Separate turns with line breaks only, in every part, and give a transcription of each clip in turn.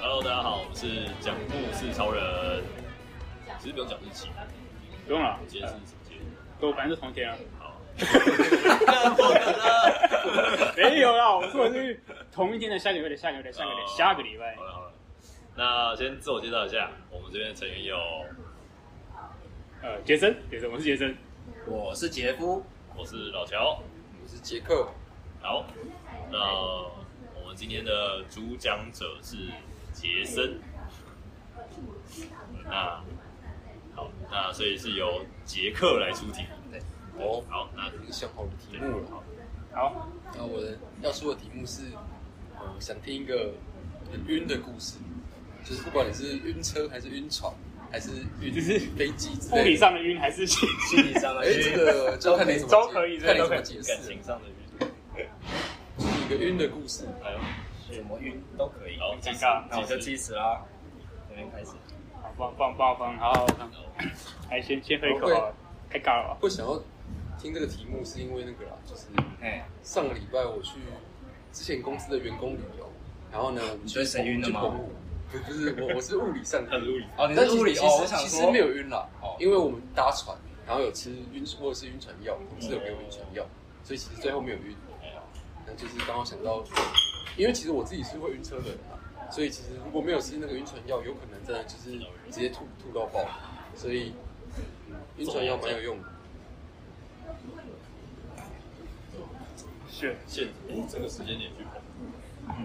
Hello，大家好，我们是讲故事超人。其实不用讲日期，
不用了，
今天是什么节日？
跟我反正是同一天啊。
好，
我的
没有啦，我说的是同一天的下个月的下个月的下个月的下个礼拜
好。了好了。那先自我介绍一下，我们这边的成员有，
呃，杰森，杰森，我是杰森。
我是杰夫，
我是老乔。
我是杰克，
好，那我们今天的主讲者是杰森。嗯那好，那所以是由杰克来出题。
对，
哦，好，那
一个想好的题目了。
好，
那我的要说的题目是，呃，想听一个很晕的故事，就是不管你是晕车还是晕船，还是晕
就是
飞机之
物理
类的。
上的晕还是心
心理上的
哎，这个就看你怎么解
都可以
看你怎
都可以
么解
感
释
情。上的晕，
就是一个晕的故事，
还有
怎么晕都可以。
好
尴尬。
那我就计时啦，这啊边开始。
好，棒棒棒棒，好好棒。来，先先喝一口好了，太尬了吧。
会想要听这个题目是因为那个啦，就是
哎，
上个礼拜我去之前公司的员工旅游，然后呢，我们
你
去
觉得谁晕了吗
澎湖？不不是我，我是物理上 的
他是物理，
哦，你
但
是
其
物理
其
哦，我
实
想
其实
说
没有晕啦
哦，
因为我们搭船，然后有吃晕，我有吃晕船药，同事有给我晕船药，所以其实最后没有晕。然后就是刚好想到，因为其实我自己是会晕车的人啊，所以其实如果没有吃那个晕船药，有可能真的就是直接吐吐到爆，所以嗯晕船药蛮有用的。
是，
现哎、这个时间点去碰，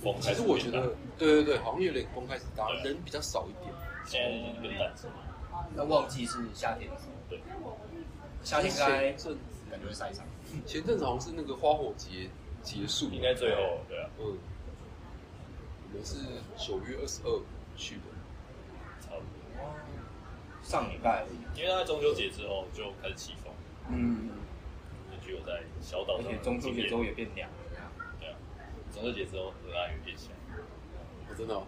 风
其
还
实
是
我
变
觉
大
得，对对对，好像有点公开始搭，人比较少一点。
现在已经变淡了。
那旺季是夏天的时候，
对，啊
夏天应该
前阵子
感觉会晒伤。
前阵子好像是那个花火节结束，
应该最后对啊，
嗯，我们是九月二十二去的，
差不多，
上礼拜而已，
因为他中秋节之后就开始起风，
嗯，
就只有在小岛
而
上
且
的
中秋
经
节
验
之后也变凉了，这样
对啊，中秋节之后河岸有变小，
我真的哦、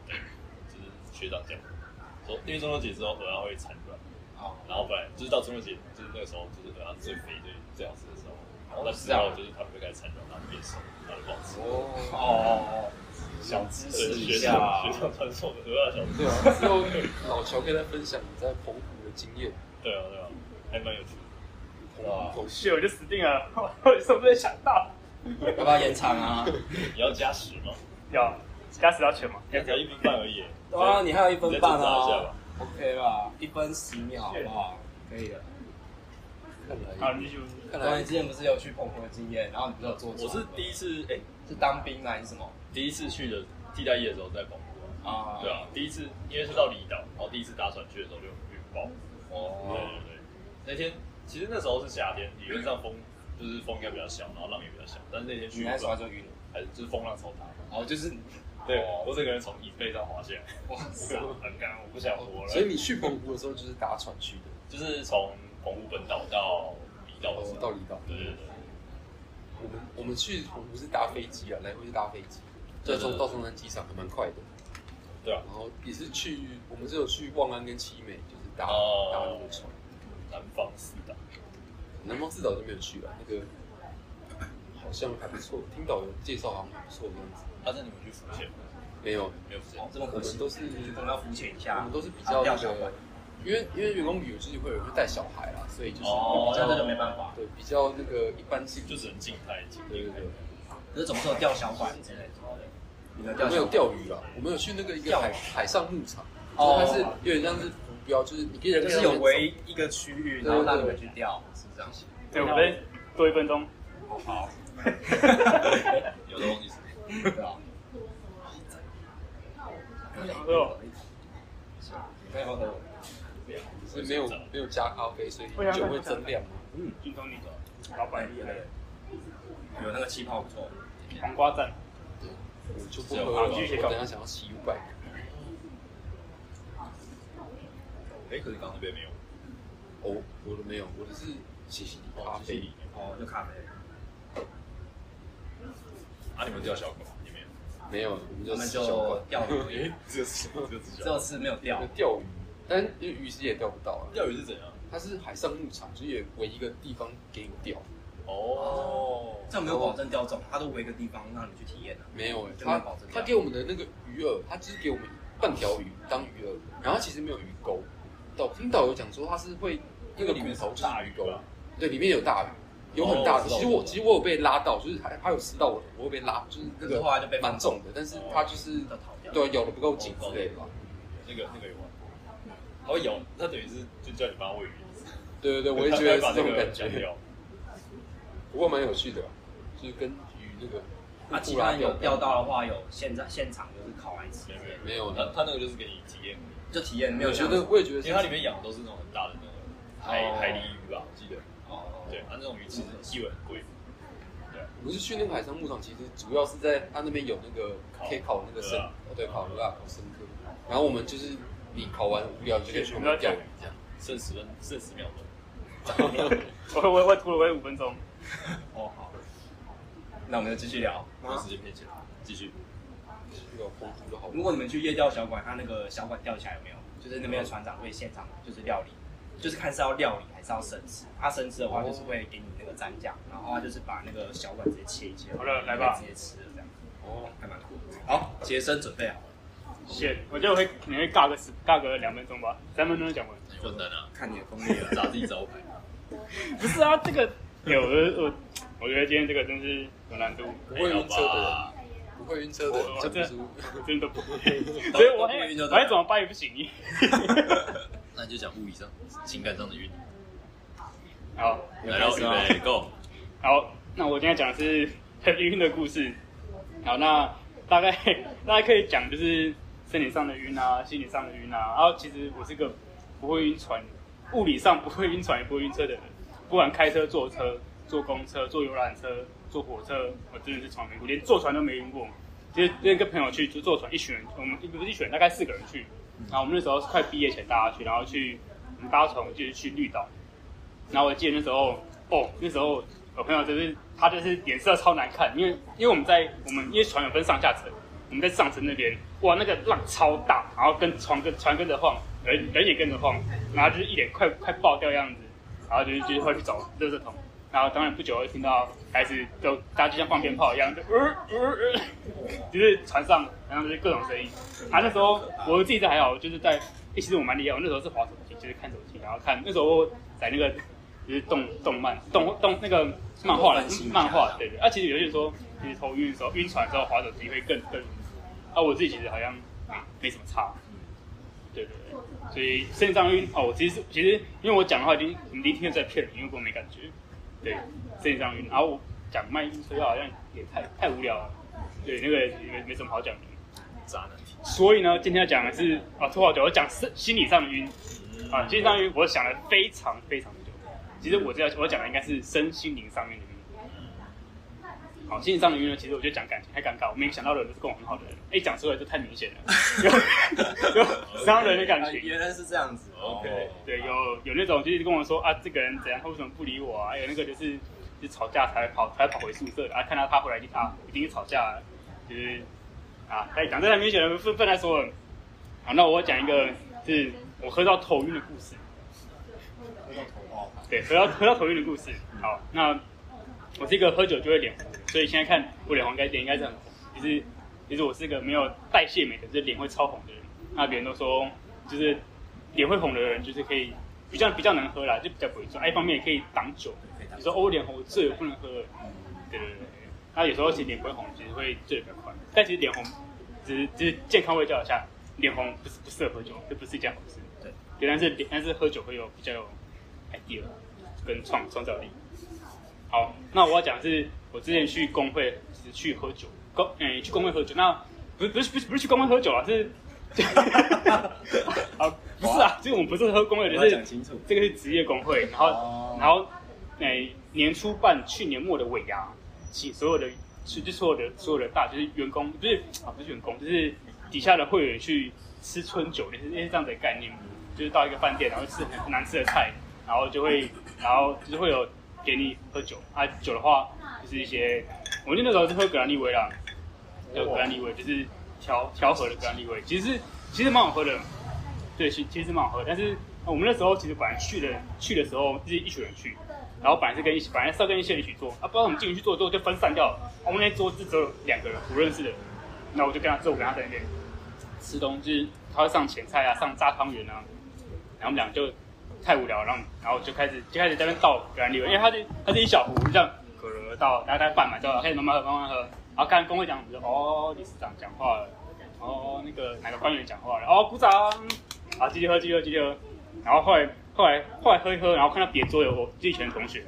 就是学长讲的说，因为中秋节之后河岸会产卵，
哦，
然后本来就是到中秋节，就是那个时候就是河岸最肥最最好吃的时候，然后那
是
之
这样
后就是啊他们就开始产卵，然后变瘦，然后就不好吃。
哦
哦，
哦，哦小知识
对，
一
学
下
长学长传授的河岸小吃，
对啊，之后老乔跟他分享你在澎湖的经验，
对啊对啊，还蛮有趣的。
哇，
澎湖
是，我就死定了，我是不是想到？
要不要延长啊？
你要加十吗？
要加死要全吗？
才一分半而已。
哇，啊你还有一分半
啊你再挣扎一下
啊
吧
，OK 啦，一分十秒好不好？可以了。
看
好，
来
你就
看
对，
来
你之前不是有去澎湖的经验，然后你不是有做？
我是第一次，哎、
是当兵还是什么？
第一次去的替代役的时候在澎湖啊。
啊
对，啊，第一次因为是到离岛，然后第一次搭船去的时候就晕爆。对
哦，
对对，那天其实那时候是夏天，理论上风就是风应该比较小，然后浪也比较小，但是那天去
你那时候
还
就晕了，
是就是风浪超大。
哦，就是
对
哦，
我整个人从椅背上滑下来，
哇塞，
很干，我不想活了。
所以你去澎湖的时候就是搭船去的，
就是从澎湖本岛到离岛的时
哦
候，，
到离岛。
对对对，
我们我们去澎湖是搭飞机啊，来回是搭飞机，
对
在
对
中到中山机场还蛮快的。
对啊
然后也是去，我们是有去望安跟七美，就是搭
哦
搭那个船。
南方四岛。
南方四岛就没有去了，那个好像还不错，听导游介绍好像还不错的样子。
但是你们去浮潜吗？
没有，
没有浮潜
哦，这么
我
可惜
们，都是
我们要浮潜一
我
下
们，都是比较那
啊掉下
个
来，
因为因为员工旅游就是会有人会带小孩啦，所以就是
哦，
比
这
较
样真的没办法，
对比较那个一般性，
就只能静态静
对
态
对。对，
可是总是有吊小管之类的，你的
我
吊
们
小
有
管
钓鱼啦，我们有去那个一个
钓
海海上牧场，
哦
它是有点像是浮标，就是你可以在
就
那
是
边
有围一个区域，然后让你们去钓，是这样。
对，我们再多一分钟。
好，
有的忘记吃。
对啊。
对哦
你可以喝喝我的。
是没有没有加咖啡，所以酒会增量。
俊东你，老板厉害，
有那个气泡不错，
黄瓜站。
我就不喝了，我等一下想要洗五百个。
哎，可是刚刚那边没有。
哦，我的没有，我的是洗洗咖啡。
哦，就咖啡。
啊，你们叫小狗也没有？
没有，我们
我
就
们
吃小
就
罐，
钓鱼，
这是这是
这次没有钓
就，钓鱼，但鱼其实也钓不到啊。
钓鱼是怎样？
它是海上牧场，所以也唯一一个地方给你钓。
哦，
这样没有保证钓中，它都围一个地方让你去体验啊。
没有哎、
就
他
没有保证钓
他给我们的那个鱼饵，他只是给我们半条鱼当鱼饵，然后它其实没有鱼钩。导听导游讲说他是会那个
里
骨
面
头
是
就是
大
鱼
鱼
钩
吧，
对，里面有大鱼，有很大
哦
的。
我知道
其实
我
我
知道
其实我有被拉到，就是还他有吃到我，我有被拉，就是那
可是
个
后来就被
蛮重的，但是他就是
的逃掉。啊
对咬的不够紧之类的吧。
那个那个有玩过，它会咬，它等于是就叫你帮它喂鱼，
对对对，我也
它
觉得
它
是
会把那
这
个
种感
夹
觉，
掉。
不过蛮有趣的，就是跟鱼那个
那其他人有钓到的话，有现在现场就是烤来吃
没，有
没有
它它那个就是给你体验，
就体验没有
我觉
像
得我也觉得
因
是
为它里面养的都是那种很大的那个海、
哦
海里鱼吧，我记得。
哦，
对，啊它那种鱼其实气味很贵。
我们是去那个海上牧场，其实主要是在它那边有那个
烤
可以烤那个生
鹅啊，
对，烤鹅啊，烤生科。然后我们就是你烤完无聊，你就可以去我们钓鱼这样。
剩十分，剩十秒钟。
我我我吐了我也五分钟，
哦好，那我们就继续聊。
把时间骗钱，继续。
有澎湖的好
如果你们去夜钓小馆，它那个小馆钓起来有没有？就是那边的船长会现场就是料理，就是看是要料理还是要生吃。他生吃的话，就是会给你那个蘸酱，然后他就是把那个小馆直接切一切，
好了来吧
直接吃了这样，
哦，
还蛮酷的。好，杰森准备好了，
谢。我觉得我会可能会尬个十尬个两分钟吧，三分钟就讲完。
混蛋啊！
看你的功力了。
砸自己招牌。
不是啊，这个，哎我我我我觉得今天这个真是有难度，
不会晕车
还好
的
吧
人，不会晕车的人
我
讲不
这
出。
我真的不会， 所以我还
运动
我还怎么办也不行。
那你就讲物理上、情感上的晕。
好，
来哦喽，
啊
预备，Go！
好，那我今天讲的是很晕的故事。好，那大概 大概可以讲就是身体上的晕啊，心理上的晕啊。然后其实我是个不会晕船，物理上不会晕船也不会晕车的人，不管开车、坐车、坐公车、坐游览车、坐火车，我真的是从来没我连坐船都没晕过。就是那天跟朋友去就坐船，一群人，我们不是一群人，大概四个人去。然后我们那时候是快毕业前大家去，然后去我们搭船，我记得去绿岛。然后我记得那时候，哦，那时候我朋友就是他就是脸色超难看，因为因为我们在我们因为船有分上下层，我们在上层那边，哇，那个浪超大，然后跟船跟船跟着晃，人人也跟着晃，然后就是一脸快快爆掉样子，然后就是就是会去找垃圾桶，然后当然不久会听到开始就大家就像放鞭炮一样，就呃呃呃， 就是船上然后就是各种声音。啊，那时候我自己在还好，就是在，欸其实我蛮厉害，我那时候是滑手机，就是看手机，然后看那时候我在那个就是动动漫动动那个漫画了
分析一，下
漫画对对。啊，其实有些人说，其实头晕的时候，晕船之后滑手机会更更。啊，我自己其实好像没没什么差。对对对，所以肾脏晕哦，我其实其实因为我讲的话已经你们一听就在骗人，因为我没感觉。对，肾脏晕，然后我讲卖晕车药好像也太太无聊了。对，那个也没没什么好讲的。
渣男。
所以呢，今天要讲的是啊，拖好久，我讲是心理上的晕啊，心理上的晕，我想了非常非常久。其实我这要我讲的应该是身心灵上面的晕。好，心理上的晕呢，其实我就讲感情太尴尬，我没想到的人都是跟我很好的人，哎，讲出来就太明显了， 有有伤人的感情。
啊原来是这样子。哦
OK。
对，有有那种就是跟我说啊，这个人怎样，他为什么不理我啊？有那个就是就吵架才跑才跑回宿舍的，啊，看到他回来就啊，一定是吵架了，就是啊，哎，讲这太明显了，分分来说了。好，那我讲一个是我喝到头晕的故事。对，喝到喝到头晕的故事。好，那我是一个喝酒就会脸红的人，所以现在看我脸红，该脸应该是很红。就是就是我是一个没有代谢美的，就是脸会超红的人。那别人都说，就是脸会红的人，就是可以比较比较能喝啦，就比较不会醉。哎，一方面也可以挡酒。你说哦，我脸红，我醉了不能喝了。对对对对。那有时候其实脸不会红，其实会醉得比较快。但其实脸红，只是只是健康味道下，脸红不是不适合喝酒，这不是一件好事。
对
对，但是但是喝酒会有比较有 idea 跟创创造力。好，那我要讲的是我之前去工会，只是去喝酒，工诶、去工会喝酒，那不是不是不是不是去工会喝酒啊，是，啊不是啊，就是我们不是喝工会，
哦
就
我要
是
讲清楚。
这个是职业工会，然后、
哦
然后诶、年初办去年末的尾牙，请所有的是就所有的所有的大就是员工不是啊不是员工就是底下的会员去吃春酒，类似类似这样的概念，就是到一个饭店然后吃很难吃的菜，然后就 会然后就是会有给你喝酒啊酒的话就是一些，我记得那时候是喝格兰利威啦，叫格兰利威就是调调和的格兰利威，其实其实蛮好喝的。对，其其实蛮好喝，但是呃我们那时候其实本来去的去的时候是一群人去，然后本来是跟一起，本来是要跟一些人一起做，啊，不知道我们进去做之后就分散掉了。啊我们那桌子只有两个人不认识的人，那我就跟他，之后我跟他在那边吃东西，他会上前菜啊，上炸汤圆啊，然后我们俩就太无聊，然后然后就开始就开始在那边倒橄榄油，因为它是它是一小壶这样可乐倒，然后大概半满之后开始慢慢喝慢慢喝，然后看跟我讲，我们就哦理事长讲话了，哦那个哪个官员讲话了，哦鼓掌，好继续喝继续喝继续喝，然后后来后来后来喝一喝，然后看到别桌有我自己群的同学，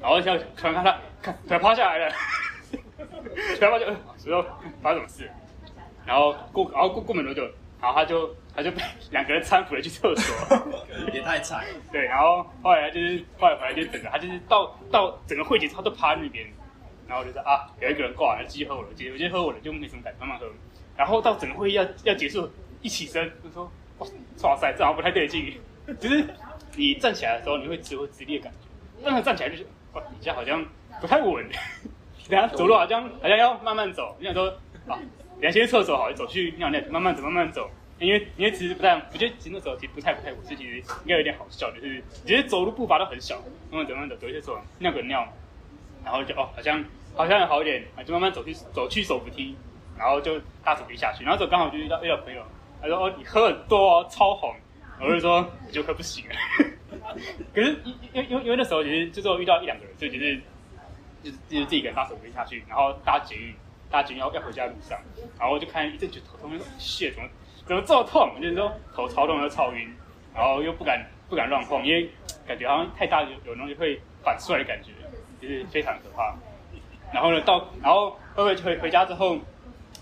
然后就突然看他看突然趴下来了，突然趴下，呃我说发生什么事了？然后过然后过过没多久，然后他就他就被两个人搀扶了去厕所。
也太惨了。
对，然后后来就是后来回来就整个他就是到到整个会结束他都趴在那边，然后我就说啊有一个人挂了，继续喝我的，继续我觉得喝我的就没什么感觉，慢慢喝。然后到整个会议要要结束，一起身就说哇哇塞，这好像不太对劲，就是你站起来的时候你会只有直立的感觉，但是站起来就是哇底下好像不太稳， 等下走路好像好像要慢慢走，你想说啊等下先去厕所好了，走去尿尿，慢慢走慢慢走。因为因为其实不太，我觉得其实那时候其实不太不太，我是其实应该有点好笑，就是其实走路步伐都很小，慢慢走慢慢走，走一些走尿个尿，然后就哦好像好像好一点，啊就慢慢走去走去手扶梯，然后就大手梯下去，然后走刚好就遇到遇到朋友，他说哦你喝很多哦超红，我就说我就喝不行了，可是因因因为因为那时候其实就只有遇到一两个人，所以就是就是就是自己跟大手推下去，然后搭捷运，搭捷运要要回家的路上，然后就看一阵觉得头痛，就说谢怎么怎么这么痛？就是说头超痛又超晕，然后又不敢不敢乱碰，因为感觉好像太大有有东西会反出来的感觉，就是非常可怕。然后呢，到然后后来回回家之后，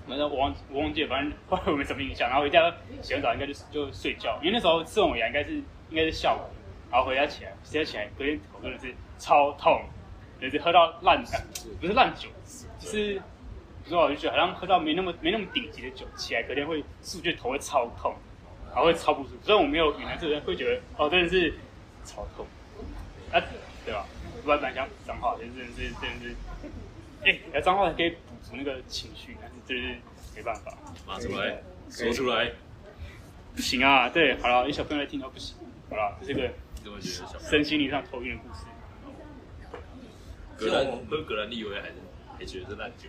反正我忘我忘记了，反正后来我没什么印象。然后回家洗完澡应该就就睡觉，因为那时候吃完尾牙应该是应该是下午，然后回家起来，直接起来隔天头真的是超痛，就是喝到烂酒，不是烂酒，就是不知道我就觉得好像喝到没那么没那么顶级的酒，起来隔天会数据头会超痛，然后会超不舒服。虽然我没有云南这人会觉得哦真的是超痛，啊对吧？不然蛮想脏话，就是真的是真的是，哎、欸，脏话还可以补足那个情绪，但是就是没办法，
骂出来，说出来，
不行啊。对，好了，有小朋友来听到不行，好了，这是个
你怎么觉得小朋友
身心灵上头晕的故事。
格兰喝格兰利威还是还觉得是烂酒？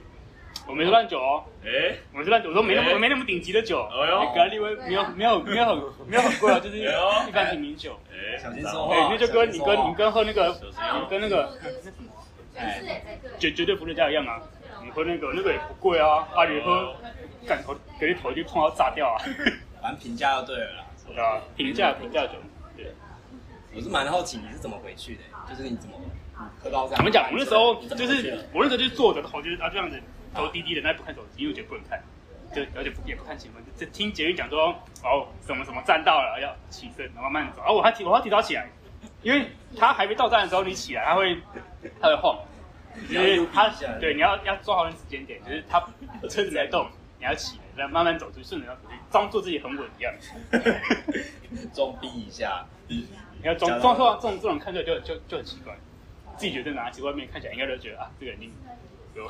我没说烂酒哦，
哎，
我们是烂酒，我说没那么、
哎
我没那么顶级的酒，
哎呦
格兰利威没有没有没有很没有很贵哦，就是
哎呦
一般平民酒。
哎，
小心说
对，
话
那就跟你
小心说
跟
话
你跟喝那个
哦小心
你
哦
跟那个
哎，
绝绝对不是这样一样啊，你喝那个那个也不贵啊，啊你
哦
喝感头感觉头就碰到炸掉啊，
反正评价就对了啦。
对吧？平价平价酒，对，
我是蛮好奇你是怎么回去的，就是你怎么喝到这样？
怎么讲？我那时候
你怎
就
么回去
是
的
我那时候就是坐着头就是啊这样子，头低低的，那不看手机，因为我觉得不能看，就而且不也不看新闻，就就听捷运讲说哦什么什么站到了要起身，然后慢慢走，然啊后我还提我要提早起来，因为他还没到站的时候你起来，他会他会晃。就是他对，你要要抓好那时间点，就是他 车子在动，你要起来，然后慢慢走出去，顺着它走出去，装作自己很稳一 样。
装逼一下，
你要装装作这种这种看起来就就就很奇怪，自己觉得拿起外面看起来应该都觉得啊，这个人一定有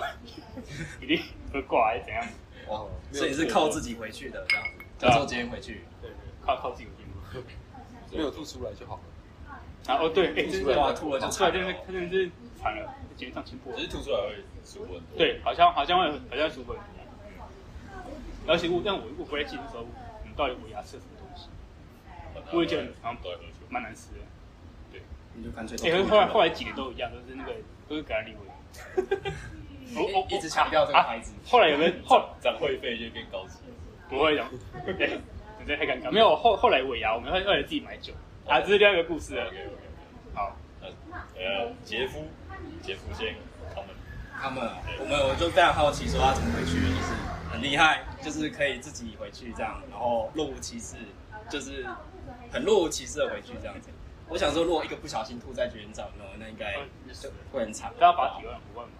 一定会挂还是怎样？
哇！所以你是靠自己回去的，这样子，
对啊
就坐捷运回去。
对，对靠靠自己有进步。
没有吐出来就好了。
然后哦对，哎，真
对
的
啊，吐了就
出来真
惨
的
了
是他真的是惨了，在节目上轻薄。
只是吐出来会舒服很多。
对，好像好像会好像舒服很多。而且我但我我不太记得那时候我们到底我牙吃了什么东西，我也觉得好像
都在喝酒。
蛮难吃的。
你就干脆
哎、后来 后来几年都一样，都是那个都是格兰利威。我我
一直强调这个牌子
啊后来有个后
展会费就变高级，
不会讲，对，真的太尴尬。没有后后来尾牙，我们会后来自己买酒啊，这是另外一个故事了
OK。OK。
好，
呃，杰夫，杰夫先 comment，
他们，我们我就非常好奇说他怎么回去，就是很厉害，就是可以自己回去这样，然后若无其事，就是很若无其事的回去这样子。我想说，如果一个不小心吐在绝缘上，那那应该就会很惨。
大家罚几万五万嘛，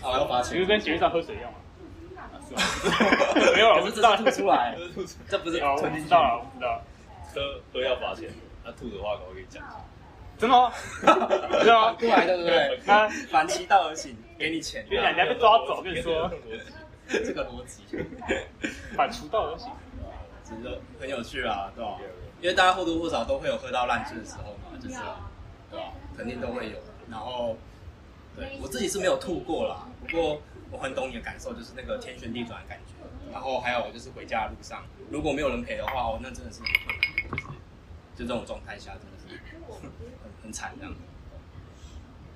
好要罚
其
钱？
实，跟节目上喝水一样嘛。啊是吗 没有啦，我
可
不
是
知
这
道
是吐出 来，这不是
啊，我
吞
不
进
知
去
道。啊，我不知道。
喝喝要罚钱，那吐的话可不可以讲？
真的吗？ 真的吗？
过来的，对不对？
啊，
反其道而行，给你钱，
别人家被抓走，跟你说
这个逻辑，
反刍道都行。
真的很有趣啊，对吧？因为大家或多或少都会有喝到烂醉的时候嘛，就是对吧、肯定都会有。然后，对我自己是没有吐过啦，不过我很懂你的感受，就是那个天旋地转的感觉。然后还有就是回家的路上，如果没有人陪的话，哦，那真的是很困难，就是就这种状态下，真的是很很惨这样。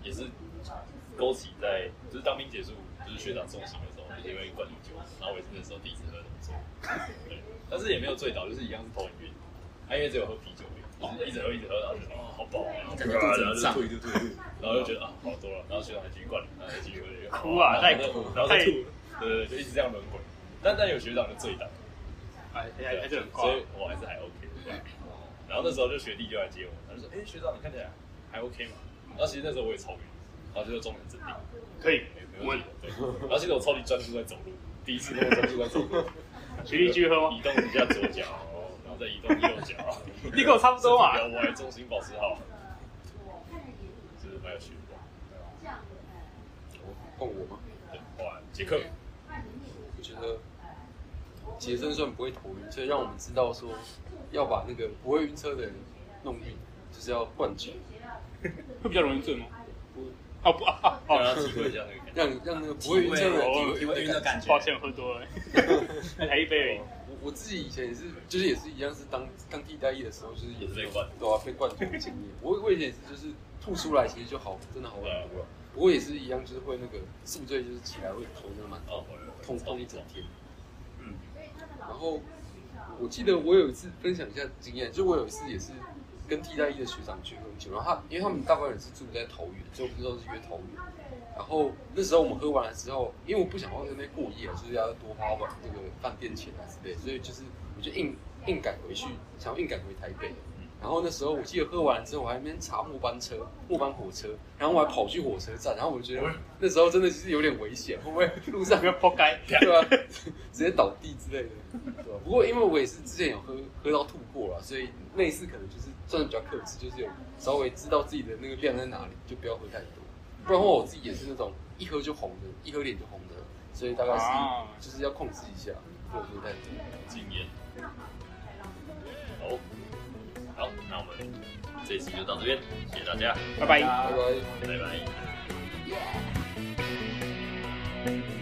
也是勾起在就是当兵结束，就是学长送行的时候，就是因为灌酒，然后我也是那时候第一次喝浓酒，对，但是也没有醉倒，就是一样是头很晕，他、因为只有喝啤酒而已，就是一直喝一直喝，然后就觉得哦好饱，然后
感觉肚子
然后
很
就
胀
对对对，
然后就觉得啊好多了，然后学长还继续灌，然后还继续喝，
哭
然
啊
后
太
就
哭
然后再
太
吐，对对对，就一直这样轮回，但但有学长就醉倒，
哎，
对
还还是很高
所。以我还是还 OK 这样。然后那时候就学弟就来接我，他就说：“哎、学长，你看起来还 OK 嘛？”然后其实那时候我也超晕，然后就是中文镇定，
可以
没没
啊
问
我问
题。对，然后其实我超级专注在走路，第一次那么专注在走路，
学弟继续喝吗
移？动一下左脚，然后再移动右脚，
你跟我啊差不多嘛
身体不要歪，重心保持好，就是蛮有趣的。
换哦我吗？
对，哇，杰克，
我觉得杰森虽然不会头晕，所以让我们知道说要把那个不会晕车的人弄晕，就是要灌酒，
会比较容易醉吗？不，哦不啊啊
让他
哦，
体会一下那个感觉。
让让那个不会晕车的人体会
体会哦
晕
晕
的
的
感
感觉
抱。歉，我喝多 了，才一杯而已。
觉。我我自己以前也是，就是也是一样，是当当替代役的时候，就是也是
也是被灌
对啊，被灌酒的经验。我我以前也是，就是吐出来，其实就好，真的好很
啊
多了。不过也是一样，就是会那个宿醉，就是起来会头真的蛮
哦，
痛痛一整天。
嗯，
然后我记得我有一次分享一下经验，就我有一次也是跟替代一的学长去喝酒，然后他因为他们大部分人是住在桃园，所以我们都是约桃园。然后那时候我们喝完了之后，因为我不想要在那边过夜，就是要多花晚那个饭店钱啊之类的，所以就是我就硬硬赶回去，想要硬赶回台北。嗯然后那时候我记得喝完之后，我还在那边查末班车、末班火车，然后我还跑去火车站，然后我就觉得那时候真的是有点危险，会不会路上
不要扑 街，
对吧、 直接倒地之类的，对吧、啊不过因为我也是之前有喝喝到吐过啊了，所以那一次可能就是算是比较克制，就是有稍微知道自己的那个量在哪里，就不要喝太多。不然的话，我自己也是那种一喝就红的，一喝脸就红的，所以大概是、
啊
就是要控制一下，不能喝太多。
经验。好，好，那我们这一期就到这边，谢谢大家，
啊
拜拜。
拜拜。
拜拜。
Yeah.